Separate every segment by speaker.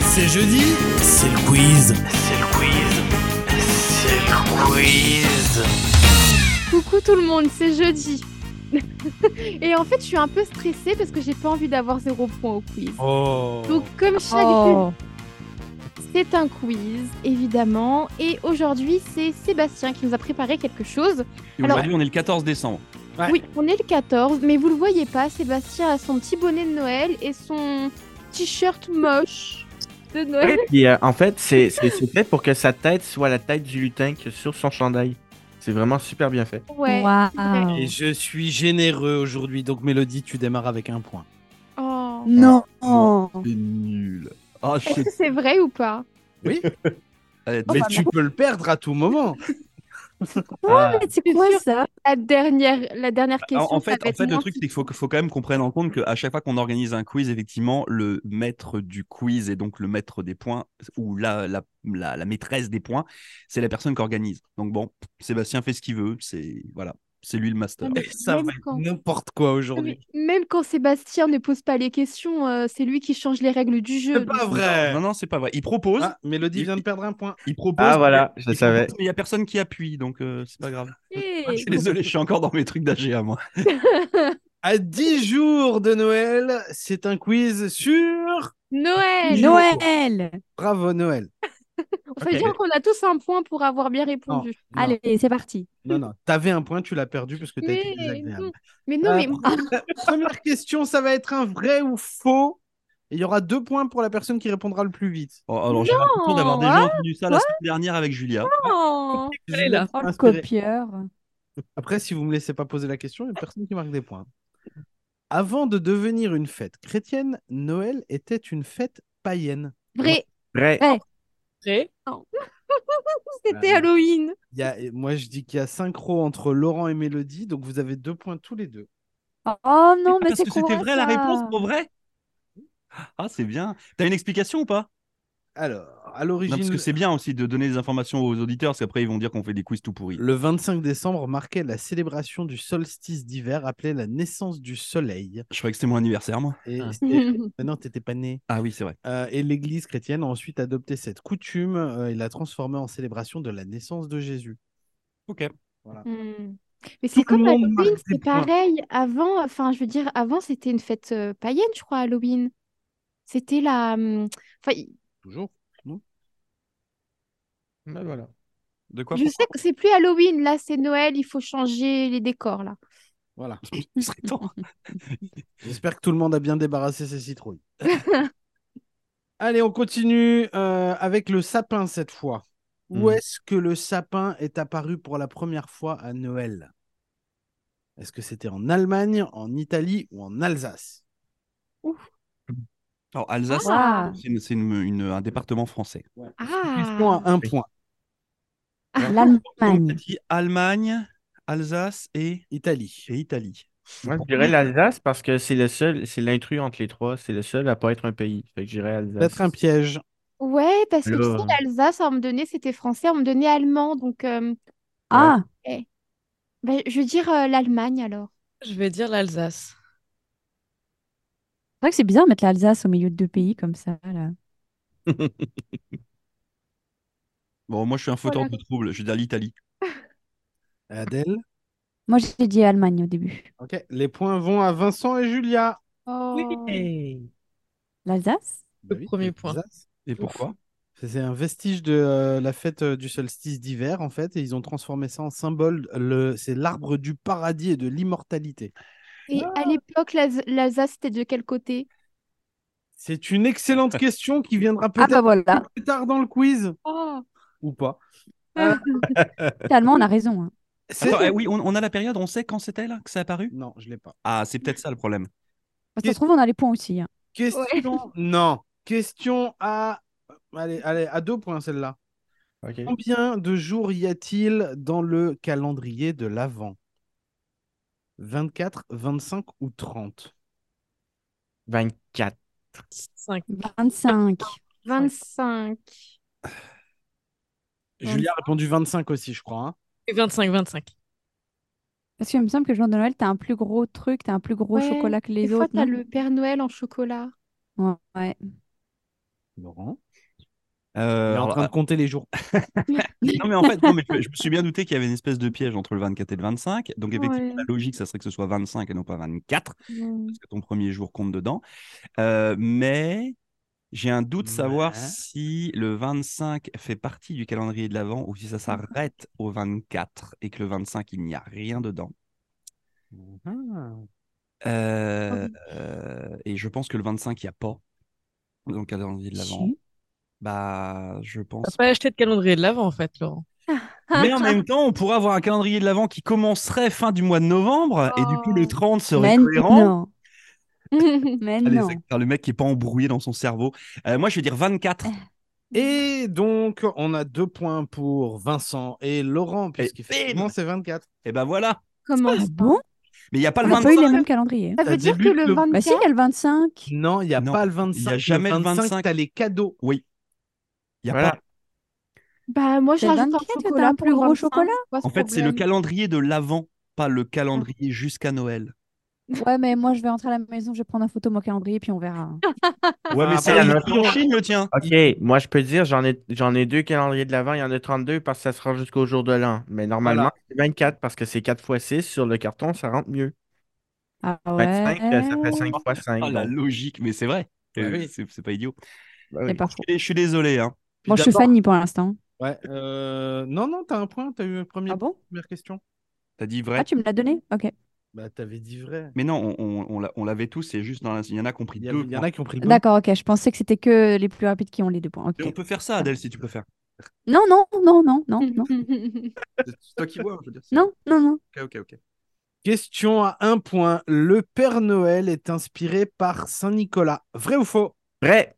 Speaker 1: c'est jeudi, c'est le quiz.
Speaker 2: C'est le quiz. C'est le quiz.
Speaker 3: Coucou tout le monde, c'est jeudi. Et en fait, je suis un peu stressée parce que j'ai pas envie d'avoir zéro point au quiz.
Speaker 1: Oh.
Speaker 3: Donc, comme chaque
Speaker 4: Oh.
Speaker 3: jeudi, c'est un quiz, évidemment. Et aujourd'hui, c'est Sébastien qui nous a préparé quelque chose.
Speaker 5: Et
Speaker 3: Alors-
Speaker 5: aujourd'hui, on est le 14 décembre.
Speaker 1: Ouais.
Speaker 3: Oui, on est le 14, mais vous le voyez pas, Sébastien a son petit bonnet de Noël et son t-shirt moche de Noël.
Speaker 6: Puis, euh, en fait, c'est c'est- c'est fait pour que sa tête soit la tête du lutin qui est sur son chandail. C'est vraiment super bien fait.
Speaker 3: Ouais.
Speaker 4: Waouh.
Speaker 1: Et je suis généreux aujourd'hui, donc Mélodie, tu démarres avec un point.
Speaker 3: Oh.
Speaker 4: Non.
Speaker 5: C'est nul. Ah,
Speaker 3: Est-ce que c'est vrai ou pas
Speaker 4: Oh,
Speaker 1: Mais tu peux le perdre à tout moment.
Speaker 4: Ouais, mais c'est quoi
Speaker 3: sûr.
Speaker 4: ça
Speaker 3: La dernière, la dernière question.
Speaker 5: en, en
Speaker 3: ça
Speaker 5: fait,
Speaker 3: va
Speaker 5: en
Speaker 3: être
Speaker 5: fait le
Speaker 3: moi
Speaker 5: truc,
Speaker 3: qui-
Speaker 5: c'est qu'il faut, faut quand même qu'on prenne en compte qu'à chaque fois qu'on organise un quiz, effectivement, le maître du quiz et donc le maître des points, ou la, la, la, la maîtresse des points, c'est la personne qui organise. Donc bon, Sébastien fait ce qu'il veut, c'est voilà, c'est lui le master.
Speaker 3: Ouais,
Speaker 1: Ça va
Speaker 3: Même
Speaker 1: être
Speaker 3: quand-
Speaker 1: n'importe quoi aujourd'hui.
Speaker 3: Même quand Sébastien ne pose pas les questions, euh, c'est lui qui change les règles du jeu.
Speaker 1: C'est pas
Speaker 3: donc-
Speaker 1: vrai.
Speaker 5: Non, non, c'est pas vrai. Il propose,
Speaker 1: Ah, Mélodie vient de perdre un point.
Speaker 5: il propose.
Speaker 6: Ah voilà, je
Speaker 5: il
Speaker 6: le savais.
Speaker 5: propose, mais il n'y a personne qui appuie, donc euh, c'est pas grave.
Speaker 3: Hey.
Speaker 5: Ah, Je suis désolé, je suis encore dans mes trucs d'AGA, moi.
Speaker 1: À 10 jours de Noël, c'est un quiz sur.
Speaker 3: Noël
Speaker 4: Noël
Speaker 1: Bravo Noël.
Speaker 3: On va dire qu'on a tous un point pour avoir bien
Speaker 1: Non,
Speaker 3: répondu.
Speaker 1: non,
Speaker 4: Allez, c'est parti.
Speaker 1: Non, non. T'avais un point, tu l'as perdu parce que t'as été
Speaker 3: Mais
Speaker 1: désagréable.
Speaker 3: Eh non, mais, non,
Speaker 1: Ah,
Speaker 3: mais
Speaker 1: première- Première question, ça va être un vrai ou faux. Et Il y aura deux points pour la personne qui répondra le plus vite.
Speaker 5: Oh, alors, j'ai l'impression d'avoir déjà entendu ça la
Speaker 4: ouais.
Speaker 5: semaine dernière avec Julia.
Speaker 3: non
Speaker 4: Oh, le
Speaker 1: Inspiré.
Speaker 4: copieur.
Speaker 1: Après, si vous me laissez pas poser la question, il n'y a personne qui marque des points. Avant de devenir une fête chrétienne, Noël était une fête païenne.
Speaker 3: Vrai,
Speaker 6: Vrai.
Speaker 3: c'était Halloween.
Speaker 1: Il y a- Moi, je dis qu'il y a synchro entre Laurent et Mélodie, donc vous avez deux points tous les deux.
Speaker 4: Oh non, mais
Speaker 5: Ah, Parce
Speaker 4: c'est
Speaker 5: que
Speaker 4: quoi
Speaker 5: c'était vrai
Speaker 4: ça
Speaker 5: la réponse pour vrai Ah, c'est bien. T'as une explication ou pas
Speaker 1: Alors, à
Speaker 5: Non, Parce
Speaker 1: l'origine,
Speaker 5: que c'est bien aussi de donner des informations aux auditeurs, parce qu'après ils vont dire qu'on fait des quiz tout pourris.
Speaker 1: le 25 décembre marquait la célébration du solstice d'hiver appelée la naissance du soleil.
Speaker 5: Je croyais que c'était mon anniversaire, moi.
Speaker 1: Et
Speaker 5: Ah.
Speaker 1: c'était-
Speaker 3: Hmm.
Speaker 1: Mais non, t'étais pas né.
Speaker 5: Ah oui, c'est vrai.
Speaker 1: Euh, et l'Église chrétienne a ensuite adopté cette coutume euh, et l'a transformée en célébration de la naissance de Jésus.
Speaker 5: Ok.
Speaker 3: Hmm. Mais
Speaker 1: Tout
Speaker 3: c'est
Speaker 1: le
Speaker 3: comme
Speaker 1: monde marque
Speaker 3: Halloween,
Speaker 1: des
Speaker 3: c'est
Speaker 1: points.
Speaker 3: pareil. Avant, enfin, je veux dire, avant, c'était une fête euh, païenne, je crois, Halloween. C'était la. hum, Enfin, y-
Speaker 1: Toujours.
Speaker 6: Ben voilà.
Speaker 5: De quoi
Speaker 3: je sais que c'est plus Halloween, là, c'est Noël, il faut changer les décors, là.
Speaker 1: Voilà.
Speaker 5: Il serait temps.
Speaker 1: J'espère que tout le monde a bien débarrassé ses citrouilles. Allez, on continue euh, avec le sapin cette fois. Où
Speaker 6: Mhm.
Speaker 1: est-ce que le sapin est apparu pour la première fois à Noël Est-ce que c'était en Allemagne, en Italie ou en Alsace
Speaker 5: Alors, Alsace,
Speaker 4: Ah.
Speaker 5: c'est une- c'est une- une- un département français.
Speaker 7: Hmm.
Speaker 1: Question
Speaker 5: euh,
Speaker 3: Ah,
Speaker 1: à un point.
Speaker 4: Ah,
Speaker 5: On a
Speaker 4: L'Allemagne.
Speaker 5: dit Allemagne, Alsace et,
Speaker 1: Italie.
Speaker 5: et Italie.
Speaker 6: Moi, je dirais l'Alsace parce que c'est le seul, c'est l'intrus entre les trois, c'est le seul à pas être un pays. Fait que j'irais Alsace.
Speaker 1: Peut-être un piège.
Speaker 3: ouais, parce que tu sais,
Speaker 6: Alors.
Speaker 3: l'Alsace, à un moment donné, c'était français, à un moment donné, allemand. Donc, euh,
Speaker 4: Ah,
Speaker 3: ben, je veux dire euh, l'Allemagne, alors.
Speaker 7: Je vais dire l'Alsace.
Speaker 4: c'est vrai que c'est bizarre de mettre l'Alsace au milieu de deux pays comme ça. Là.
Speaker 5: Bon, moi je suis un fauteur
Speaker 3: Voilà.
Speaker 5: de trouble, je vais dire l'Italie.
Speaker 1: Adèle.
Speaker 4: Moi, j'ai dit Allemagne au début.
Speaker 1: Ok. Les points vont à Vincent et Julia.
Speaker 3: Oh.
Speaker 4: L'Alsace
Speaker 1: Bah
Speaker 7: premier point.
Speaker 1: Alsace.
Speaker 5: Et pourquoi
Speaker 1: C'est un vestige de euh, la fête euh, du solstice d'hiver, en fait, et ils ont transformé ça en symbole. Le... C'est l'arbre du paradis et de l'immortalité.
Speaker 3: Et
Speaker 5: Ah.
Speaker 3: à l'époque, l'Als- l'Alsace, c'était de quel côté?
Speaker 1: C'est une excellente question qui viendra
Speaker 4: Ah
Speaker 1: peut-être
Speaker 4: bah voilà,
Speaker 1: plus tard dans le quiz,
Speaker 3: Oh.
Speaker 1: ou pas.
Speaker 4: finalement, on a raison. hein.
Speaker 1: C'est-
Speaker 5: Attends, eh oui, on, on a la période, on sait quand c'était là que ça a apparu
Speaker 1: Non, je l'ai pas.
Speaker 5: Ah, c'est peut-être ça le problème.
Speaker 4: Ça se trouve, on a les points aussi. hein.
Speaker 1: Question. Non. Question à. Allez, allez, à deux points celle-là.
Speaker 6: Ok.
Speaker 1: Combien de jours y a-t-il dans le calendrier de l'Avent 24, 25 ou 30
Speaker 6: 24.
Speaker 7: 5.
Speaker 4: 25.
Speaker 3: 25.
Speaker 1: Julia a répondu 25 aussi, je crois. hein.
Speaker 7: 25, 25.
Speaker 4: Parce qu'il me semble que le jour de Noël, t'as un plus gros truc, t'as un plus gros
Speaker 3: Ouais,
Speaker 4: chocolat que
Speaker 3: Des
Speaker 4: les
Speaker 3: fois,
Speaker 4: autres.
Speaker 3: t'as
Speaker 4: non
Speaker 3: le Père Noël en chocolat.
Speaker 4: Ouais, ouais.
Speaker 1: Laurent.
Speaker 5: Euh,
Speaker 1: Il est en
Speaker 5: alors,
Speaker 1: train de compter les jours.
Speaker 5: Non, mais en fait, non, mais je, je me suis bien douté qu'il y avait une espèce de piège entre le 24 et le 25. Donc, effectivement,
Speaker 4: Ouais.
Speaker 5: la logique, ça serait que ce soit 25 et non pas 24,
Speaker 4: Mm.
Speaker 5: parce que ton premier jour compte dedans. Euh, mais j'ai un doute de savoir
Speaker 1: Ouais.
Speaker 5: si le 25 fait partie du calendrier de l'Avent ou
Speaker 4: Mmh.
Speaker 5: si ça s'arrête au 24 et que le 25, il n'y a rien dedans.
Speaker 1: ah.
Speaker 4: Ah
Speaker 5: Euh, euh, et je pense que le 25, il n'y a pas dans le calendrier de l'Avent.
Speaker 4: Si.
Speaker 5: Bah, je pense
Speaker 7: T'as pas acheté de calendrier de l'avant en fait, Laurent.
Speaker 5: Mais en même temps, on pourrait avoir un calendrier de l'Avent qui commencerait fin du mois de novembre, et du coup, le
Speaker 3: Oh.
Speaker 5: 30 serait
Speaker 4: Mais
Speaker 5: cohérent.
Speaker 4: non. Mais
Speaker 5: Allez,
Speaker 4: non. Ah
Speaker 5: c'est- par le mec qui est pas embrouillé dans son cerveau. Euh, moi, je vais dire 24.
Speaker 4: Eh.
Speaker 1: Et donc, on a deux points pour Vincent et Laurent, puisqu'effectivement, c'est 24.
Speaker 5: Et ben voilà.
Speaker 3: Comment
Speaker 4: Ah bon
Speaker 5: Mais il n'y a pas
Speaker 4: On
Speaker 5: Ah, le
Speaker 4: n'a pas eu
Speaker 5: 25.
Speaker 4: les mêmes calendriers.
Speaker 3: Ça
Speaker 1: Ça
Speaker 3: veut dire que
Speaker 1: débute
Speaker 3: Ah, le
Speaker 1: le-
Speaker 3: 24...
Speaker 4: Bah si, il y a le 25.
Speaker 1: Non, il n'y a
Speaker 5: Non,
Speaker 1: pas le
Speaker 5: il
Speaker 1: 25.
Speaker 5: y a jamais le 25.
Speaker 1: tu as les cadeaux.
Speaker 5: Oui. Il y a
Speaker 6: Voilà.
Speaker 5: pas.
Speaker 3: Bah moi
Speaker 4: C'est
Speaker 3: je rajoute
Speaker 4: 24,
Speaker 3: un
Speaker 4: t'as
Speaker 3: chocolat
Speaker 4: un
Speaker 3: pour
Speaker 4: plus
Speaker 3: le
Speaker 4: gros
Speaker 3: 25,
Speaker 4: chocolat.
Speaker 3: c'est quoi ce
Speaker 5: En fait, c'est le
Speaker 3: problème
Speaker 5: calendrier de l'Avent, pas le calendrier jusqu'à Noël.
Speaker 4: Ouais, mais moi, je vais rentrer à la maison, je vais prendre en photo mon calendrier, puis on verra.
Speaker 5: Ouais, mais
Speaker 6: Ah,
Speaker 5: c'est
Speaker 6: bah,
Speaker 5: un
Speaker 6: non.
Speaker 5: en Chine, le tien.
Speaker 6: Ok, moi je peux te dire, j'en ai, j'en ai deux calendriers de l'avant, il y en a 32 parce que ça se rend jusqu'au jour de l'an. Mais normalement, c'est 24 parce que c'est 4 fois 6 sur le carton, ça rentre mieux.
Speaker 4: Ah ouais.
Speaker 6: 25, euh, ça fait 5 fois 5.
Speaker 1: Oh
Speaker 5: Ah, la logique, mais c'est vrai.
Speaker 1: Bah
Speaker 5: Euh,
Speaker 1: oui. Bah
Speaker 5: C'est c'est pas idiot.
Speaker 4: C'est pas faux.
Speaker 5: Et je suis désolé. Hein.
Speaker 4: Bon, je suis Fanny pour l'instant.
Speaker 1: Ouais, euh, Non, non, t'as un point, t'as eu la première,
Speaker 4: Ah bon
Speaker 1: première question.
Speaker 5: T'as dit vrai.
Speaker 4: Ah, tu me l'as donné? Ok.
Speaker 1: Bah, t'avais dit vrai.
Speaker 5: Mais non, on, on- on l'a- on l'avait tous. C'est juste dans la- Il y en a compris
Speaker 1: Il y, a-
Speaker 5: deux.
Speaker 1: il y en a qui ont pris deux.
Speaker 4: D'accord, ok. Je pensais que c'était que les plus rapides qui ont les deux points.
Speaker 5: Mais
Speaker 4: Ok.
Speaker 5: on peut faire ça, Adèle, si tu préfères.
Speaker 4: Non, non, non, non, non, non.
Speaker 5: C'est toi qui vois. hein, je veux dire, c'est-
Speaker 4: Non, non, non.
Speaker 5: Ok, ok, ok.
Speaker 1: Question à un point. Le Père Noël est inspiré par Saint Nicolas. Vrai ou faux
Speaker 6: Vrai,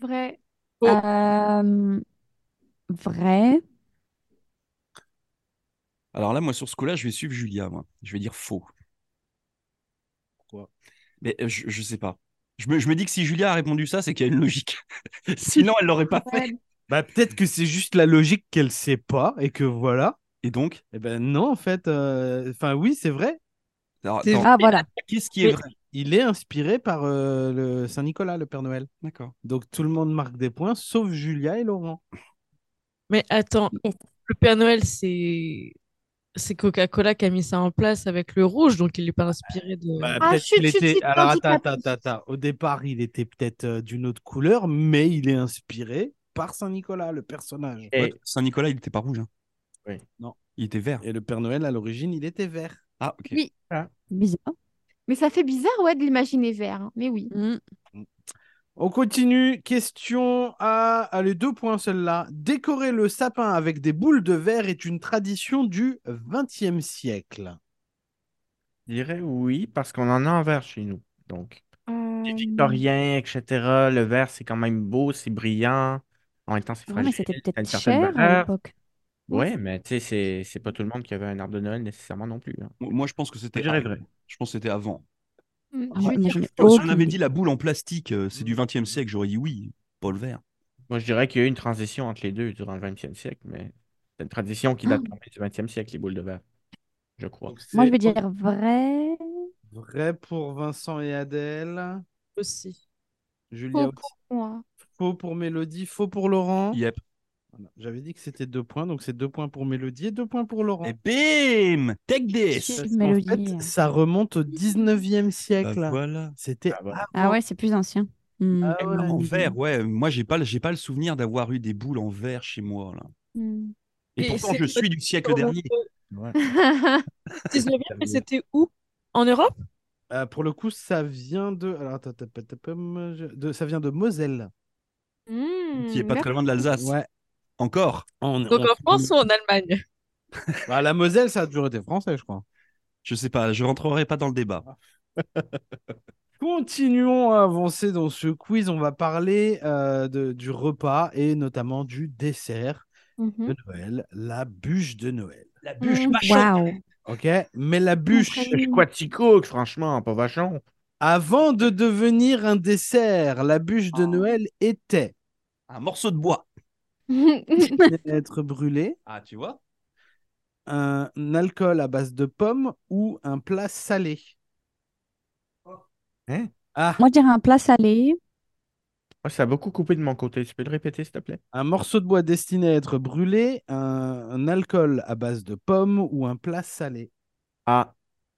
Speaker 3: Vrai.
Speaker 7: Faux.
Speaker 4: Euh, Vrai.
Speaker 5: Alors là, moi, sur ce coup-là, je vais suivre Julia, moi. Je vais dire faux.
Speaker 1: Pourquoi
Speaker 5: Mais euh, je, je sais pas. Je me, je me dis que si Julia a répondu ça, c'est qu'il y a une logique. Sinon, elle l'aurait pas fait.
Speaker 1: Bah, peut-être que c'est juste la logique qu'elle sait pas et que voilà.
Speaker 5: Et donc,
Speaker 1: Eh ben non, en fait. euh, Enfin, oui, c'est vrai.
Speaker 5: alors,
Speaker 1: C'est
Speaker 5: attends,
Speaker 4: Ah, voilà.
Speaker 5: qu'est-ce qui est vrai
Speaker 1: Il est inspiré par euh, le Saint Nicolas, le Père Noël.
Speaker 5: D'accord.
Speaker 1: Donc tout le monde marque des points, sauf Julia et Laurent.
Speaker 7: Mais attends,
Speaker 4: Yes.
Speaker 7: le Père Noël, c'est c'est Coca-Cola qui a mis ça en place avec le rouge, donc il n'est pas inspiré de.
Speaker 6: Bah,
Speaker 3: Ah,
Speaker 1: peut-être
Speaker 3: chut,
Speaker 1: qu'il
Speaker 3: chut,
Speaker 1: était.
Speaker 3: chut,
Speaker 1: Alors attends, attends,
Speaker 3: indicatrice.
Speaker 1: attends, attends. Au départ, il était peut-être euh, d'une autre couleur, mais il est inspiré par Saint Nicolas, le personnage.
Speaker 6: Et-
Speaker 5: Ouais, Saint-Nicolas, il n'était pas rouge. hein.
Speaker 6: Oui.
Speaker 1: Non.
Speaker 5: Il était vert.
Speaker 1: Et le Père Noël, à l'origine, il était vert.
Speaker 5: Ah, ok.
Speaker 3: Oui.
Speaker 4: Bizarre.
Speaker 3: Mais ça fait bizarre ouais de l'imaginer vert. hein. Mais
Speaker 1: Mmh.
Speaker 3: oui.
Speaker 4: Mm.
Speaker 1: On continue. Question à. Allez, deux points celle-là. Décorer le sapin avec des boules de verre est une tradition du XXe siècle.
Speaker 6: je dirais oui parce qu'on en a en vert chez nous. Donc, les
Speaker 3: Euh,
Speaker 4: Mm.
Speaker 6: victoriens, etc. Le vert, c'est quand même beau, c'est brillant. En même temps, c'est
Speaker 4: Ouais, mais
Speaker 6: fragile.
Speaker 4: c'était
Speaker 6: t'as une
Speaker 4: peut-être
Speaker 6: certaine
Speaker 4: cher à
Speaker 6: valeur.
Speaker 4: l'époque.
Speaker 6: Ouais, mais tu sais, c'est, c'est pas tout le monde qui avait un arbre de Noël nécessairement non plus. hein.
Speaker 5: Moi, je pense que c'était.
Speaker 6: Je dirais
Speaker 5: avant.
Speaker 6: vrai.
Speaker 5: Je pense que c'était avant.
Speaker 4: Ah
Speaker 3: je
Speaker 4: ouais,
Speaker 3: veux
Speaker 4: moi,
Speaker 3: dire-
Speaker 4: j'en ai
Speaker 5: Si on
Speaker 4: aucune
Speaker 5: avait
Speaker 4: idée.
Speaker 5: dit la boule en plastique, euh, c'est du 20e siècle, j'aurais dit oui, pas le vert.
Speaker 6: Moi, je dirais qu'il y a eu une transition entre les deux durant le 20e siècle, mais c'est une tradition qui date
Speaker 4: Mm.
Speaker 6: quand même du 20e siècle, les boules de verre, je crois.
Speaker 1: Donc,
Speaker 4: Moi, je
Speaker 1: c'est
Speaker 4: vais dire vrai.
Speaker 1: Vrai pour Vincent et Adèle.
Speaker 7: aussi.
Speaker 1: Julia
Speaker 3: Faux
Speaker 1: aussi.
Speaker 3: pour moi.
Speaker 1: Faux pour Mélodie, faux pour Laurent.
Speaker 5: Yep.
Speaker 1: Voilà. J'avais dit que c'était deux points, donc c'est deux points pour Mélodie et deux points pour Laurent.
Speaker 5: Et bim Take this
Speaker 4: Shit,
Speaker 1: Parce qu'en
Speaker 4: Mélodie.
Speaker 1: fait, ça remonte au 19e
Speaker 5: Bah,
Speaker 1: siècle.
Speaker 5: Voilà.
Speaker 1: C'était
Speaker 6: Ah, voilà.
Speaker 4: Ah ouais, c'est plus ancien. Mm.
Speaker 1: Ah ouais.
Speaker 5: En verre, ouais. Moi, j'ai pas, le- j'ai pas le souvenir d'avoir eu des boules en verre chez moi. Là.
Speaker 4: Mm.
Speaker 5: Et,
Speaker 7: Et
Speaker 5: pourtant,
Speaker 7: c'est-
Speaker 5: je suis du siècle dernier.
Speaker 6: Ouais.
Speaker 7: 19e, mais c'était où? En Europe?
Speaker 1: Euh, pour le coup, ça vient de. Alors, attends, attends, attends, attends, je- de- ça vient de Moselle.
Speaker 3: Hmm,
Speaker 5: qui est pas très loin de l'Alsace.
Speaker 1: Ouais.
Speaker 5: Encore.
Speaker 1: On-
Speaker 7: Donc
Speaker 1: on-
Speaker 7: en France ou en Allemagne?
Speaker 1: Bah, la Moselle, ça a toujours été français, je crois.
Speaker 5: Je sais pas, je rentrerai pas dans le débat.
Speaker 1: Continuons à avancer dans ce quiz. On va parler euh, de- du repas et notamment du dessert
Speaker 3: Mhm.
Speaker 7: Hmm.
Speaker 1: de Noël, la bûche de Noël.
Speaker 5: La
Speaker 3: bûche
Speaker 5: pas
Speaker 4: Waouh.
Speaker 1: Ok, mais la bûche,
Speaker 3: frère.
Speaker 6: C'est quoi Tico, franchement, pas vachon.
Speaker 1: avant de devenir un dessert, la bûche de
Speaker 5: Oh.
Speaker 1: Noël était
Speaker 5: Un morceau de bois.
Speaker 3: Mhm.
Speaker 1: être brûlée,
Speaker 5: Ah, tu vois
Speaker 1: un alcool à base de pommes ou un plat salé.
Speaker 6: Hein
Speaker 1: Ah,
Speaker 4: Moi, je dirais un plat salé.
Speaker 6: Moi, ça a beaucoup coupé de mon côté. Tu peux le répéter, s'il te plaît?
Speaker 1: Un morceau de bois destiné à être brûlé, un, un alcool à base de pommes ou un plat salé.
Speaker 6: Ah,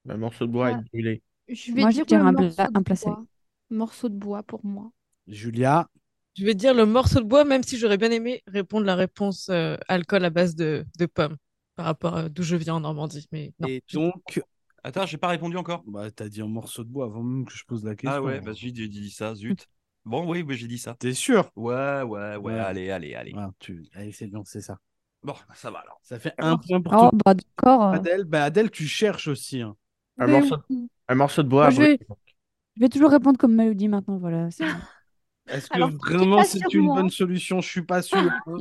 Speaker 6: un morceau de bois
Speaker 3: Ah.
Speaker 6: est brûlé.
Speaker 3: Je vais
Speaker 4: Moi, je
Speaker 3: dire
Speaker 4: dirais
Speaker 3: le
Speaker 4: un
Speaker 3: morceau
Speaker 4: pla-
Speaker 3: de
Speaker 4: un placé.
Speaker 3: bois. Morceau de bois pour moi.
Speaker 1: Julia,
Speaker 7: Je vais dire le morceau de bois, même si j'aurais bien aimé répondre la réponse euh, alcool à base de, de pommes par rapport à d'où je viens en Normandie. Mais non.
Speaker 1: et donc,
Speaker 5: Attends, j'ai pas répondu encore.
Speaker 1: bah, t'as dit un morceau de bois avant même que je pose la question.
Speaker 5: Ah ouais, bah, j'ai j'ai dit ça, zut. Bon, oui, oui, j'ai dit ça.
Speaker 1: T'es sûr
Speaker 5: Ouais, ouais, ouais,
Speaker 1: Ouais.
Speaker 5: allez, allez, allez.
Speaker 1: Ah, tu... Allez, c'est bien, c'est ça.
Speaker 5: Bon, ça va alors.
Speaker 1: Ça fait un point pour toi,
Speaker 4: Oh, bah d'accord. euh,
Speaker 1: Adèle. Bah, Adèle, tu cherches aussi. hein.
Speaker 6: Un
Speaker 4: mais
Speaker 6: morceau-
Speaker 4: oui.
Speaker 6: Un morceau de bois
Speaker 4: Moi,
Speaker 6: a
Speaker 4: je
Speaker 6: brûlé.
Speaker 4: vais- Je vais toujours répondre comme Mélodie maintenant, voilà. c'est-
Speaker 1: Est-ce que
Speaker 3: Alors,
Speaker 1: vraiment
Speaker 3: pas
Speaker 1: c'est
Speaker 3: sûre,
Speaker 1: une
Speaker 3: moi.
Speaker 1: bonne solution Je suis pas sûr.
Speaker 4: Bon,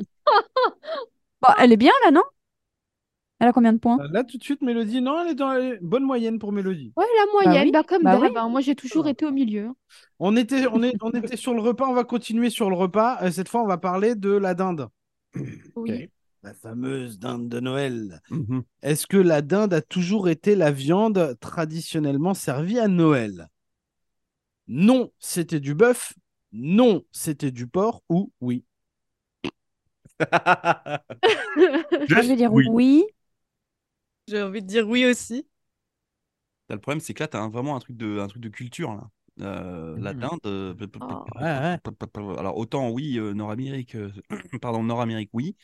Speaker 4: elle est bien là, non? Elle a combien de points?
Speaker 1: Là, tout de suite, Mélodie, non, elle est dans la bonne moyenne pour Mélodie.
Speaker 3: Ouais, la moyenne,
Speaker 4: oui,
Speaker 3: bah comme
Speaker 4: bah
Speaker 3: d'hab,
Speaker 4: oui.
Speaker 3: hein. Moi, j'ai toujours été au milieu. hein.
Speaker 1: On était, on, est, on était sur le repas, on va continuer sur le repas. Euh, cette fois, on va parler de la dinde.
Speaker 3: Oui.
Speaker 1: Ok. La fameuse dinde de Noël.
Speaker 5: Mhm.
Speaker 1: Est-ce que la dinde a toujours été la viande traditionnellement servie à Noël Non, c'était du bœuf. Non, c'était du porc. Ou oui.
Speaker 4: Moi, je vais dire oui.
Speaker 7: J'ai envie de dire oui aussi.
Speaker 5: Là, le problème, c'est que là, t'as un- vraiment un truc de, un truc de culture, là. Euh, La
Speaker 1: Mhm.
Speaker 5: dinde. euh, p- p- p-
Speaker 3: Oh.
Speaker 5: p-
Speaker 1: Ouais, ouais.
Speaker 5: p- p- p- Alors, autant oui, euh, Nord-Amérique, euh, pardon, Nord-Amérique, oui.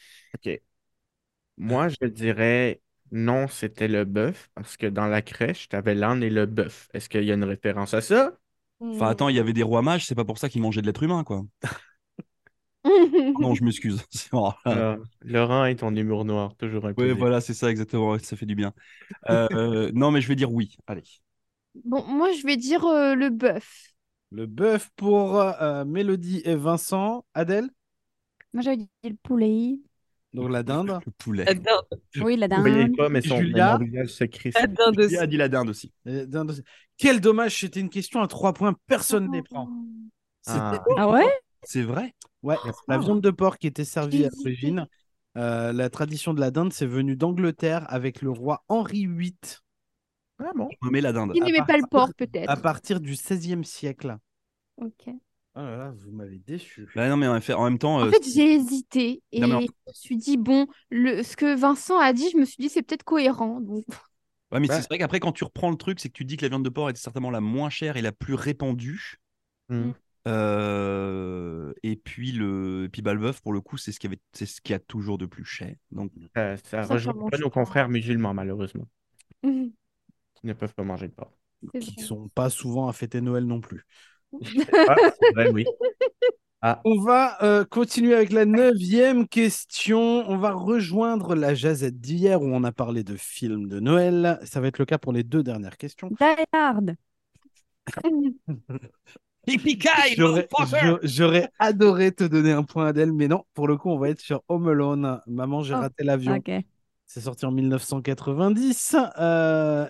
Speaker 6: Moi, je dirais non, c'était le bœuf, parce que dans la crèche, t'avais l'âne et le bœuf. Est-ce qu'il y a une référence à ça?
Speaker 3: Mm.
Speaker 5: Enfin, attends, il y avait des rois mages, c'est pas pour ça qu'ils mangeaient de l'être humain, quoi. Non, je m'excuse. C'est bon.
Speaker 6: Euh, Laurent est ton humour noir, toujours un peu.
Speaker 5: Ouais, voilà, c'est ça, exactement. ouais, Ça fait du bien. Euh, euh, non, mais je vais dire oui. Allez.
Speaker 3: Bon, moi, je vais dire euh, le bœuf.
Speaker 1: Le bœuf pour euh, Mélodie et Vincent. Adèle
Speaker 4: Moi, j'avais dit le poulet.
Speaker 1: Donc la dinde.
Speaker 5: Le poulet.
Speaker 7: La dinde,
Speaker 4: Oui, la
Speaker 6: Vous voyez
Speaker 4: dinde.
Speaker 6: pas, mais son, mais
Speaker 1: Julia?
Speaker 6: mon visage se crispe.
Speaker 7: la dinde aussi.
Speaker 5: Qui a dit la dinde aussi
Speaker 1: Euh, dinde aussi. Quel dommage, c'était une question à trois points.
Speaker 3: Ah.
Speaker 1: Personne ne les prend. C'était-
Speaker 6: Ah.
Speaker 4: Ah ouais?
Speaker 5: C'est vrai
Speaker 1: Ouais, la viande de porc qui était servie à
Speaker 3: J'hésitais.
Speaker 1: l'origine. Euh, la tradition de la dinde, c'est venu d'Angleterre avec le roi Henri VIII
Speaker 6: Ah bon?
Speaker 5: On met la dinde.
Speaker 3: Il
Speaker 1: à
Speaker 3: n'aimait
Speaker 1: part-
Speaker 3: pas le porc,
Speaker 1: à
Speaker 3: peut-être.
Speaker 1: partir du XVIe siècle.
Speaker 5: euh,
Speaker 4: Ok.
Speaker 1: Oh là là, vous m'avez déçu.
Speaker 5: Bah non, mais en fait- en même temps,
Speaker 3: En
Speaker 5: euh,
Speaker 3: fait, j'ai hésité et
Speaker 5: Non, mais en-
Speaker 3: je me suis dit, bon, le... ce que Vincent a dit, je me suis dit, c'est peut-être cohérent. Donc,
Speaker 5: ouais, mais
Speaker 6: Ouais.
Speaker 5: c'est vrai qu'après, quand tu reprends le truc, c'est que tu dis que la viande de porc est certainement la moins chère et la plus répandue. Mm.
Speaker 6: Hmm.
Speaker 5: Euh, et puis, le, et puis bah, le bœuf, pour le coup, c'est ce qu'il y avait- c'est ce qu'il y a toujours de plus cher. Donc,
Speaker 6: Ça, ça
Speaker 3: Ça, ça
Speaker 6: rejoint
Speaker 3: mange
Speaker 6: pas nos
Speaker 3: pas.
Speaker 6: confrères musulmans, malheureusement,
Speaker 3: c'est
Speaker 6: qui ne peuvent pas manger de porc.
Speaker 1: Qui
Speaker 3: vrai.
Speaker 1: sont pas souvent à fêter Noël non plus.
Speaker 6: Ah, c'est vrai, oui.
Speaker 1: On va euh, continuer avec la neuvième question. On va rejoindre la jazette d'hier où on a parlé de films de Noël. Ça va être le cas pour les deux dernières questions.
Speaker 4: Die Hard.
Speaker 5: Ah,
Speaker 1: J'aurais j'aurais- j'aurais adoré te donner un point Adèle, mais non, pour le coup, on va être sur Home Alone. Maman, j'ai
Speaker 4: Oh,
Speaker 1: raté l'avion.
Speaker 4: Ok.
Speaker 1: C'est sorti en 1990. Euh,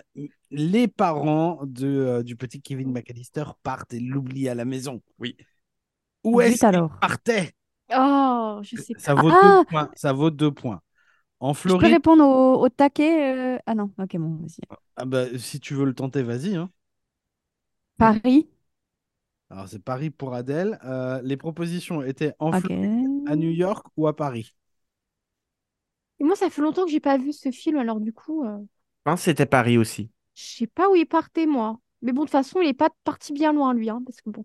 Speaker 1: les parents de, euh, du petit Kevin McAllister partent et l'oublient à la maison.
Speaker 5: Oui.
Speaker 1: Où
Speaker 4: Zut
Speaker 1: est-ce qu'ils
Speaker 4: alors.
Speaker 1: partaient
Speaker 3: Oh, je sais
Speaker 1: Ça
Speaker 3: pas.
Speaker 1: vaut,
Speaker 4: Ah
Speaker 1: deux points. Ça vaut deux points. En
Speaker 4: Je peux
Speaker 1: Floride,
Speaker 4: répondre au, au taquet. euh, Ah non, ok, bon, vas-y.
Speaker 1: ah bah, si tu veux le tenter, vas-y. hein.
Speaker 4: Paris.
Speaker 1: Alors, c'est Paris pour Adèle. Euh, les propositions étaient en
Speaker 4: Ok.
Speaker 1: Floride, à New York ou à Paris
Speaker 3: Et moi, ça fait longtemps que j'ai pas vu ce film, alors du coup, euh,
Speaker 6: Je pense que c'était Paris aussi.
Speaker 3: je sais pas où il partait, moi. Mais bon, de toute façon, il est pas parti bien loin, lui, hein, parce que bon.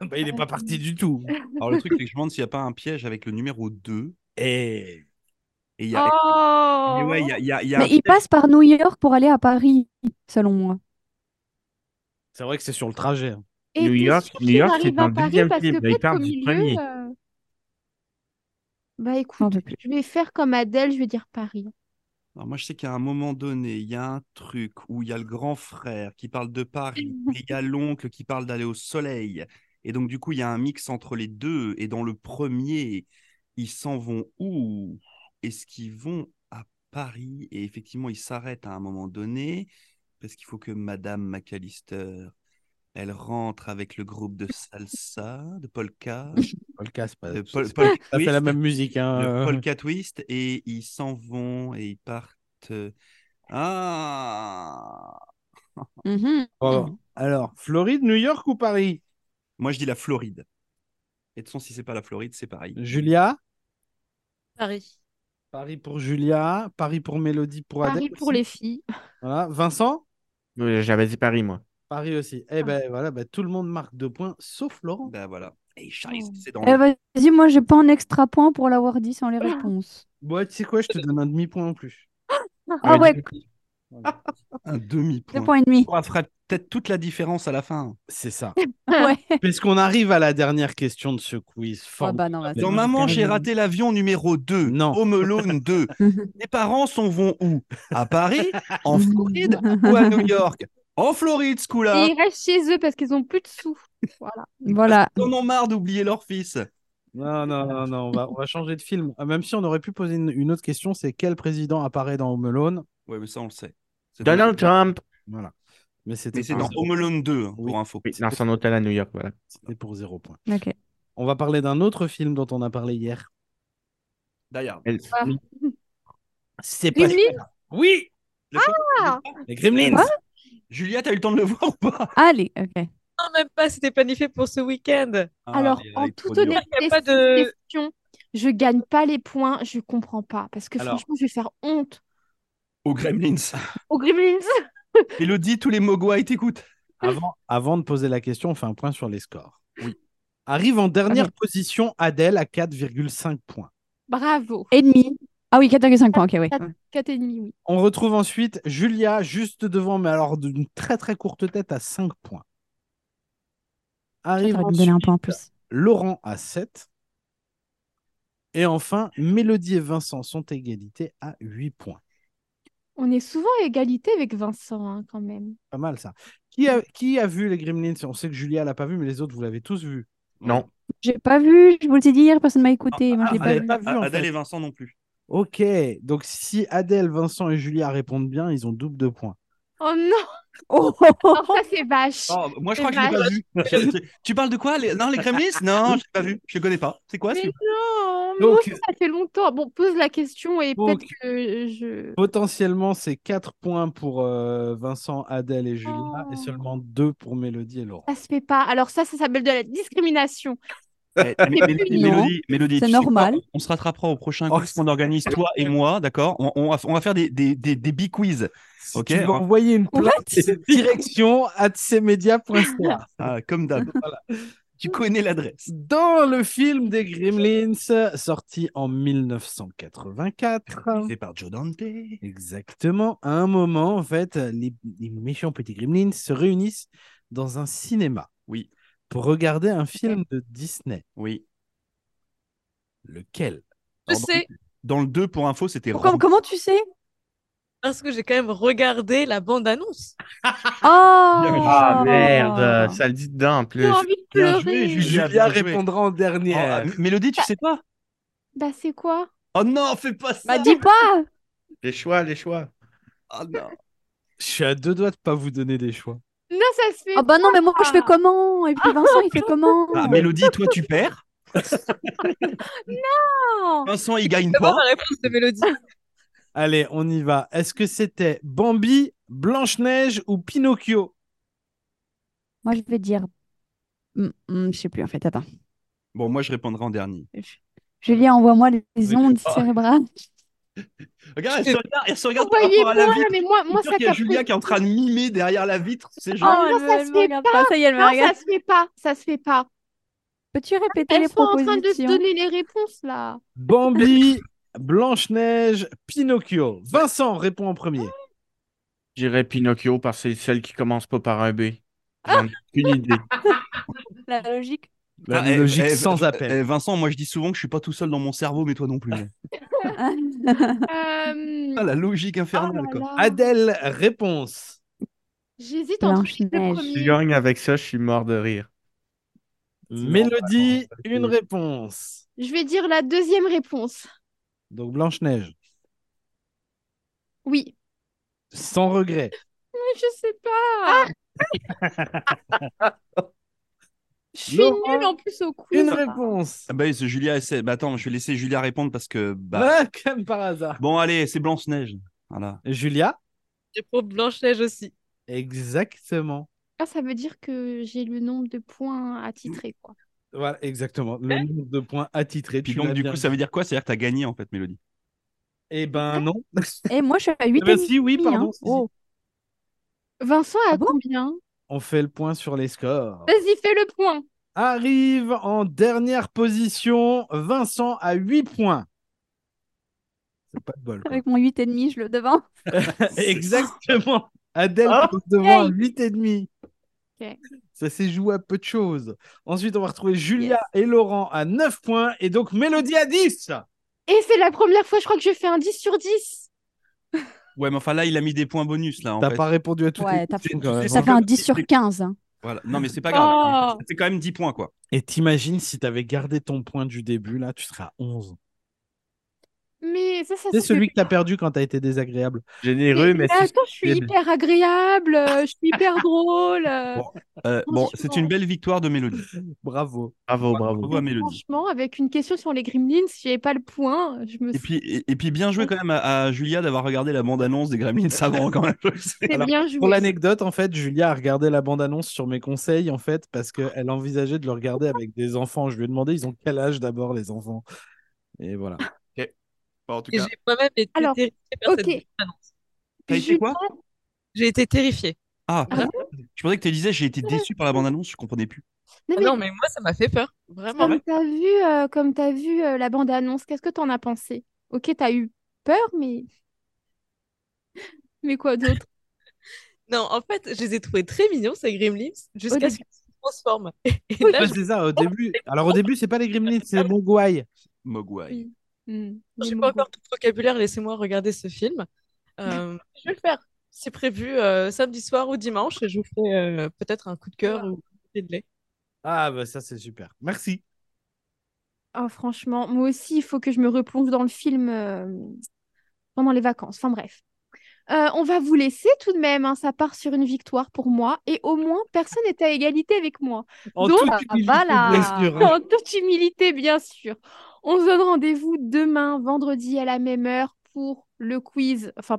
Speaker 1: Bah, Il n'est pas parti du tout.
Speaker 5: alors, le truc, c'est que je me demande s'il n'y a pas un piège avec le numéro 2.
Speaker 1: Et...
Speaker 5: Et il y a.
Speaker 3: Oh
Speaker 5: Mais ouais, il y a, il y a- il y a un
Speaker 4: Mais il passe par New York pour aller à Paris, selon moi.
Speaker 1: C'est vrai que c'est sur le trajet. hein.
Speaker 3: Et
Speaker 6: New
Speaker 3: t'es
Speaker 6: York-
Speaker 3: sûr
Speaker 6: New
Speaker 3: qu'il
Speaker 6: York,
Speaker 3: arrive
Speaker 6: c'est dans
Speaker 3: à
Speaker 6: le
Speaker 3: Paris
Speaker 6: deuxième
Speaker 3: parce
Speaker 6: film,
Speaker 3: que
Speaker 6: là, il
Speaker 3: peut-être
Speaker 6: part
Speaker 3: qu'au
Speaker 6: du
Speaker 3: milieu,
Speaker 6: premier.
Speaker 3: euh, Bah
Speaker 4: J'en
Speaker 3: écoute,
Speaker 4: peux plus.
Speaker 3: je vais faire comme Adèle, je vais dire Paris.
Speaker 5: Alors moi, je sais qu'à un moment donné, il y a un truc où il y a le grand frère qui parle de Paris, et il y a l'oncle qui parle d'aller au soleil. Et donc, du coup, il y a un mix entre les deux. Et dans le premier, ils s'en vont où? Est-ce qu'ils vont à Paris? Et effectivement, ils s'arrêtent à un moment donné parce qu'il faut que Madame McAllister, elle rentre avec le groupe de salsa, de polka,
Speaker 1: Euh, Paul Casse, pas...
Speaker 5: de pol-
Speaker 1: c'est-
Speaker 5: polka
Speaker 1: ça fait la
Speaker 5: twist
Speaker 1: même musique. hein,
Speaker 5: le
Speaker 1: euh.
Speaker 5: polka twist et ils s'en vont et ils partent. euh, Ah
Speaker 4: Mhm.
Speaker 1: Bon, alors, Floride, New York ou Paris
Speaker 5: Moi, je dis la Floride. Et de toute façon, si c'est pas la Floride, c'est pareil.
Speaker 1: Julia
Speaker 7: Paris.
Speaker 1: Paris pour Julia, Paris pour Mélodie, pour Adèle.
Speaker 3: Paris pour
Speaker 1: aussi.
Speaker 3: les filles.
Speaker 1: Voilà. Vincent
Speaker 6: Oui, J'avais dit Paris, moi.
Speaker 1: Paris aussi. Eh ben voilà, ben, tout le monde marque deux points, sauf Laurent.
Speaker 5: Bah voilà. Et Charles,
Speaker 3: Oh.
Speaker 5: c'est dans
Speaker 4: Eh,
Speaker 5: le-
Speaker 4: vas-y, moi, j'ai pas un extra point pour l'avoir dit sans les réponses.
Speaker 1: Ouais, tu sais quoi, je te donne un demi-point en plus.
Speaker 6: Euh,
Speaker 4: Ah ouais,
Speaker 5: un
Speaker 4: deux
Speaker 5: demi-point.
Speaker 4: points et demi.
Speaker 5: On fera peut-être toute la différence à la fin.
Speaker 1: C'est ça.
Speaker 4: Ouais.
Speaker 1: Puisqu'on arrive à la dernière question de ce quiz.
Speaker 4: Ah
Speaker 1: Formidable.
Speaker 4: bah non, bah,
Speaker 1: Mais
Speaker 5: Dans
Speaker 1: non,
Speaker 5: Maman,
Speaker 1: c'est
Speaker 5: j'ai
Speaker 1: carrément-
Speaker 5: raté l'avion numéro 2.
Speaker 1: Non.
Speaker 5: Home Alone 2. Mes parents sont vont où À Paris En Floride Ou à New York En Floride, ce
Speaker 1: Ah.
Speaker 5: coup-là.
Speaker 3: Et ils restent chez eux parce qu'ils ont plus de sous. Voilà.
Speaker 4: voilà.
Speaker 5: Ils en ont marre d'oublier leur fils.
Speaker 1: Non, non, non, non, on va, on va changer de film. Ah, Même si on aurait pu poser une, une autre question, c'est quel président apparaît dans Home Alone
Speaker 5: Ouais, mais ça, on le sait. C'est dans-
Speaker 6: Donald Trump.
Speaker 1: Voilà. Mais c'était
Speaker 5: Mais c'est
Speaker 1: pour
Speaker 5: dans
Speaker 1: zéro-
Speaker 5: Home Alone 2, hein,
Speaker 1: Oui.
Speaker 5: pour info.
Speaker 6: Oui, dans son hôtel à New York, voilà.
Speaker 1: c'était pour zéro point.
Speaker 4: Ok.
Speaker 1: On va parler d'un autre film dont on a parlé hier.
Speaker 5: D'ailleurs.
Speaker 6: Elle-
Speaker 3: Ah.
Speaker 1: C'est
Speaker 3: Gremlins
Speaker 1: Oui
Speaker 5: le film-
Speaker 1: Les Gremlins
Speaker 4: Quoi
Speaker 5: Julia, t'as eu le temps de le voir ou pas
Speaker 4: Allez, ok.
Speaker 7: Non, même pas, c'était planifié pour ce week-end.
Speaker 3: Alors,
Speaker 5: Ah, il est
Speaker 3: en toute
Speaker 5: trop dur.
Speaker 7: Il y
Speaker 3: honnêteté,
Speaker 7: a pas
Speaker 3: cette
Speaker 7: de-
Speaker 3: question, je gagne pas les points, je comprends pas. Parce que
Speaker 1: Alors.
Speaker 3: franchement, je vais faire honte
Speaker 5: Au Gremlins.
Speaker 3: aux Gremlins.
Speaker 5: Elodie, tous les Mogwai t'écoutent.
Speaker 1: avant, avant de poser la question, on fait un point sur les scores.
Speaker 5: Oui.
Speaker 1: Arrive en dernière position Adèle à 4,5 points.
Speaker 3: Bravo.
Speaker 4: Et demi. Ah oui, 4,5 points, ok, oui.
Speaker 3: Quatre- 4,5, oui.
Speaker 1: On retrouve ensuite Julia juste devant, mais alors d'une très très courte tête à 5 points. Arrive
Speaker 4: T'aurais dû me donner un
Speaker 1: ensuite
Speaker 4: point en plus.
Speaker 1: Laurent à 7. Et enfin, Mélodie et Vincent sont égalité à 8 points.
Speaker 3: On est souvent à égalité avec Vincent, hein, quand même.
Speaker 1: Pas mal ça. Qui a, qui a vu les Gremlins On sait que Julia l'a pas vu, mais les autres, vous l'avez tous vu.
Speaker 6: Non.
Speaker 4: J'ai pas vu, je vous le dis hier, personne m'a écouté. Moi, je l'ai
Speaker 1: ah,
Speaker 4: pas
Speaker 1: ouais.
Speaker 4: vu.
Speaker 1: pas vu, en
Speaker 5: Adèle
Speaker 1: fait.
Speaker 5: et Vincent non plus.
Speaker 1: Ok, donc si Adèle, Vincent et Julia répondent bien, ils ont double de points.
Speaker 3: Oh non,
Speaker 4: Oh, oh, oh.
Speaker 3: alors ça c'est vache.
Speaker 5: Oh, moi, je
Speaker 3: C'est
Speaker 5: crois que je l'ai pas vu. tu, tu parles de quoi les- Non, les Gremlins Non, je l'ai pas vu. Je le connais pas. C'est quoi
Speaker 3: Mais
Speaker 5: celui
Speaker 3: non, moi
Speaker 1: Donc-
Speaker 3: aussi, Oh, ça fait longtemps. Bon, pose la question et
Speaker 1: Donc-
Speaker 3: peut-être que je.
Speaker 1: Potentiellement, c'est 4 points pour euh, Vincent, Adèle et Julia,
Speaker 3: Oh.
Speaker 1: et seulement 2 pour Mélodie et Laurent.
Speaker 3: Ça se fait pas. Alors ça, ça s'appelle de la discrimination.
Speaker 5: Eh, Mé- Mélodie,
Speaker 4: mignon.
Speaker 5: Mélodie, Mélodie,
Speaker 4: C'est
Speaker 5: tu sais quoi
Speaker 4: normal.
Speaker 5: On se rattrapera au prochain
Speaker 1: Oh,
Speaker 5: quiz qu'on organise, toi et moi, d'accord on, on va, on va faire des, des, des, des big quiz.
Speaker 1: Si
Speaker 5: Ok,
Speaker 1: tu veux
Speaker 5: hein.
Speaker 1: envoyer une
Speaker 4: What
Speaker 1: plainte, c'est direction atcmedia.ca.
Speaker 5: Ah, comme d'hab.
Speaker 1: Voilà.
Speaker 5: Tu connais l'adresse.
Speaker 1: Dans le film des Gremlins, sorti en 1984.
Speaker 5: C'est par Joe Dante.
Speaker 1: Exactement. À un moment, en fait, les, les méchants petits gremlins se réunissent dans un cinéma.
Speaker 5: Oui.
Speaker 1: Pour regarder un film de Disney.
Speaker 5: Oui.
Speaker 1: Lequel
Speaker 7: Je
Speaker 5: Pardon.
Speaker 7: sais,
Speaker 5: Dans le 2, pour info, c'était
Speaker 4: Comme-
Speaker 5: Rambo.
Speaker 4: comment tu sais
Speaker 7: parce que j'ai quand même regardé la bande-annonce.
Speaker 4: Oh
Speaker 6: Ah merde, ça le dit dedans en plus.
Speaker 3: J'ai envie de
Speaker 5: bien joué,
Speaker 3: pleurer.
Speaker 5: Julie.
Speaker 1: Julia,
Speaker 5: bien joué.
Speaker 1: répondra en
Speaker 5: Oh, ah,
Speaker 1: dernière.
Speaker 5: M- Mélodie, tu sais pas
Speaker 3: Bah c'est quoi?
Speaker 5: Oh non, fais pas
Speaker 4: Bah
Speaker 5: ça
Speaker 4: dis pas
Speaker 6: Les choix, les choix.
Speaker 5: Oh non.
Speaker 1: Je suis à deux doigts de pas vous donner des choix.
Speaker 3: Non, ça se fait.
Speaker 4: Ah bah non, mais moi je fais comment Et puis Vincent il fait comment
Speaker 5: Ah, Mélodie, toi, tu perds.
Speaker 3: pas.
Speaker 5: Vincent, il gagne
Speaker 7: D'abord,
Speaker 5: pas.
Speaker 7: la réponse de Mélodie.
Speaker 1: Allez, on y va. Est-ce que c'était Bambi, Blanche-Neige ou Pinocchio
Speaker 4: Moi je vais dire... Hum, hum, je sais plus en fait, attends.
Speaker 5: Bon, moi, je répondrai en dernier.
Speaker 4: Julien, envoie-moi les
Speaker 1: Oui.
Speaker 4: ondes
Speaker 5: Ah.
Speaker 4: cérébrales.
Speaker 5: Regarde, elle se regarde, elle se regarde par rapport à la
Speaker 3: Envoyez-moi,
Speaker 5: vitre.
Speaker 3: mais moi, moi
Speaker 5: C'est
Speaker 3: ça Ah.
Speaker 5: sûr qu'il y a
Speaker 3: capte-
Speaker 5: Julia qui est en train de mimer derrière la vitre. C'est genre.
Speaker 3: non,
Speaker 4: elle
Speaker 3: ça
Speaker 4: me-
Speaker 3: se
Speaker 4: elle me
Speaker 3: fait
Speaker 4: regarde pas. Ah, Ça y est, elle me
Speaker 3: Non, ça
Speaker 4: regarde.
Speaker 3: se fait pas. Ça se fait pas.
Speaker 4: Peux-tu répéter
Speaker 3: Elles
Speaker 4: les
Speaker 3: sont en train de se
Speaker 4: propositions
Speaker 3: donner les réponses là.
Speaker 1: Bambi, Blanche-Neige, Pinocchio. Vincent répond en premier.
Speaker 6: J'irais Pinocchio parce que c'est celle qui commence pas par un B. J'en ai aucune idée.
Speaker 4: La logique.
Speaker 1: La
Speaker 5: Ah, eh,
Speaker 1: logique
Speaker 5: eh,
Speaker 1: sans
Speaker 5: eh,
Speaker 1: appel.
Speaker 5: eh, Vincent, moi, je dis souvent que je suis pas tout seul dans mon cerveau, mais toi non
Speaker 3: Ah.
Speaker 5: plus.
Speaker 3: Euh,
Speaker 5: Ah, la logique infernale,
Speaker 3: oh
Speaker 5: quoi.
Speaker 3: là là.
Speaker 1: Adèle, réponse.
Speaker 3: J'hésite entre les deux
Speaker 4: Blanche-Neige.
Speaker 6: Tu
Speaker 3: premiers.
Speaker 6: gagnes avec ça, je suis mort de rire.
Speaker 1: Mélodie,
Speaker 6: Bon,
Speaker 1: une réponse.
Speaker 3: Je vais dire la deuxième réponse.
Speaker 1: Donc Blanche-Neige,
Speaker 3: Oui.
Speaker 1: sans regret.
Speaker 3: Mais je sais pas.
Speaker 5: Ah.
Speaker 3: Je suis nulle en plus au coup.
Speaker 1: Une réponse.
Speaker 5: Ah, bah, oui, c'est Julia, elle sait. Bah, attends, je vais laisser Julia répondre parce que. Bah...
Speaker 1: Ah, comme par hasard.
Speaker 5: Bon, allez, c'est Blanche-Neige. Voilà.
Speaker 1: Julia,
Speaker 7: J'ai pour Blanche-Neige aussi.
Speaker 1: exactement.
Speaker 3: Ah, ça veut dire que j'ai le nombre de points à titrer, quoi.
Speaker 1: Voilà, exactement. Le nombre de points attitrés.
Speaker 5: Puis
Speaker 1: tu
Speaker 5: donc,
Speaker 1: l'as
Speaker 5: du
Speaker 1: bien
Speaker 5: coup,
Speaker 1: dit.
Speaker 5: ça veut dire quoi C'est-à-dire que t'as gagné, en fait, Mélodie.
Speaker 1: Eh ben non.
Speaker 4: Et Eh, hein. Oh, moi, je suis à 8
Speaker 1: Ah ben si, oui, pardon. si, si.
Speaker 3: Vincent a
Speaker 4: Ah bon
Speaker 3: combien
Speaker 1: On fait le point sur les scores.
Speaker 3: Vas-y, fais le point.
Speaker 1: Arrive en dernière position Vincent à 8 points. C'est pas de bol. quoi.
Speaker 4: Avec mon 8,5, je le devance.
Speaker 1: Exactement. Adèle
Speaker 6: Oh.
Speaker 1: passe devant
Speaker 4: Hey.
Speaker 1: 8 et demi.
Speaker 3: Ok.
Speaker 1: Ça s'est joué à peu de choses. Ensuite, on va retrouver Julia et Laurent à 9 points et donc Mélodie à 10.
Speaker 3: Et c'est la première fois, je crois que je fais un 10 sur 10.
Speaker 5: Ouais, mais enfin là, il a mis des points bonus, là, en
Speaker 1: T'as
Speaker 5: fait.
Speaker 1: pas répondu à toutes
Speaker 4: Ouais,
Speaker 1: les
Speaker 4: t'as-
Speaker 1: questions, quand même. hein.
Speaker 5: c'est-
Speaker 4: Ça fait un 10 sur 15. hein.
Speaker 5: Voilà. Non, mais c'est pas
Speaker 3: Oh.
Speaker 5: grave. C'est quand même 10 points, quoi.
Speaker 1: Et t'imagines si t'avais gardé ton point du début, là, tu serais à 11.
Speaker 3: Mais ça, ça
Speaker 1: C'est
Speaker 3: se
Speaker 1: celui
Speaker 3: fait
Speaker 1: que t'as perdu quand t'as été désagréable.
Speaker 6: Généreux, mais
Speaker 3: Mais
Speaker 6: si
Speaker 3: attends, je suis
Speaker 6: possible.
Speaker 3: hyper agréable, euh, je suis hyper drôle. euh,
Speaker 5: Bon, Euh,
Speaker 3: Non,
Speaker 5: bon,
Speaker 3: je suis
Speaker 5: c'est
Speaker 3: mort.
Speaker 5: une belle victoire de Mélodie.
Speaker 1: Bravo.
Speaker 6: Bravo, bravo.
Speaker 5: Bravo à Mélodie.
Speaker 3: Euh, franchement, avec une question sur les Gremlins, si j'avais pas le point, je me
Speaker 5: Et puis, et, et puis bien joué quand même à, à Julia d'avoir regardé la bande-annonce des Gremlins avant quand même. je sais.
Speaker 3: serais
Speaker 1: alors,
Speaker 3: bien joué.
Speaker 1: Pour l'anecdote, en fait, Julia a regardé la bande-annonce sur mes conseils, en fait, parce qu'elle envisageait de le regarder avec des enfants. Je lui ai demandé, ils ont quel âge d'abord, les enfants Et voilà.
Speaker 8: Enfin, en tout
Speaker 7: Et
Speaker 8: cas,
Speaker 7: j'ai moi-même été
Speaker 3: Alors,
Speaker 7: terrifiée par
Speaker 3: ok.
Speaker 7: cette annonce.
Speaker 5: T'as été
Speaker 3: Julia,
Speaker 5: quoi
Speaker 7: J'ai été terrifiée.
Speaker 5: Ah,
Speaker 3: Ah
Speaker 5: je pensais que tu disais j'ai été déçu par la bande-annonce, je comprenais plus.
Speaker 3: non,
Speaker 7: Ah
Speaker 3: mais
Speaker 7: non, mais moi, ça m'a fait peur. Vraiment.
Speaker 3: comme t'as vu, euh, comme t'as vu euh, la bande-annonce, qu'est-ce que t'en as pensé? Ok, t'as eu peur, mais mais quoi d'autre?
Speaker 7: Non, en fait, je les ai trouvés très mignons, ces Gremlins, jusqu'à
Speaker 3: début.
Speaker 7: ce qu'ils se transforment. Et
Speaker 1: Ouais,
Speaker 7: là, Ah, je
Speaker 1: c'est ça, au début. Alors, au début, c'est pas les Gremlins, c'est les Mogwai.
Speaker 5: Mogwai.
Speaker 3: Hmm, les
Speaker 7: n'ai pas
Speaker 3: mots.
Speaker 7: encore tout le vocabulaire, laissez-moi regarder ce film. Euh, je vais le faire. C'est prévu euh, samedi soir ou dimanche, et je vous ferai euh, peut-être un coup de cœur ou un coup de lait.
Speaker 1: Ah, bah ça, c'est super. Merci.
Speaker 3: Oh, franchement, moi aussi, il faut que je me replonge dans le film euh, pendant les vacances. Enfin bref. Euh, on va vous laisser tout de même, hein, ça part sur une victoire pour moi, et au moins personne n'est à égalité avec moi.
Speaker 1: En
Speaker 3: Donc,
Speaker 1: toute
Speaker 3: ah,
Speaker 1: humilité,
Speaker 4: voilà.
Speaker 1: bien sûr, hein.
Speaker 3: En toute humilité, bien sûr. On se donne rendez-vous demain, vendredi, à la même heure pour le quiz. Enfin,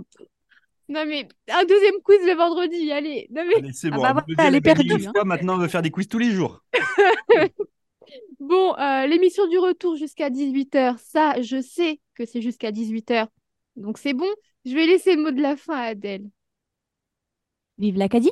Speaker 3: non mais un deuxième quiz le vendredi, allez. Non mais
Speaker 5: Allez, c'est
Speaker 4: Ah
Speaker 5: bon.
Speaker 4: bah
Speaker 5: elle
Speaker 4: voilà,
Speaker 5: me dit,
Speaker 4: elle est
Speaker 5: a gagné
Speaker 4: perdue,
Speaker 5: une
Speaker 4: hein.
Speaker 5: fois, Maintenant, on veut faire des quiz tous les jours.
Speaker 3: bon, euh, l'émission du retour jusqu'à 18h, ça, je sais que c'est jusqu'à 18h. Donc c'est bon. Je vais laisser le mot de la fin à Adèle.
Speaker 4: Vive l'Acadie!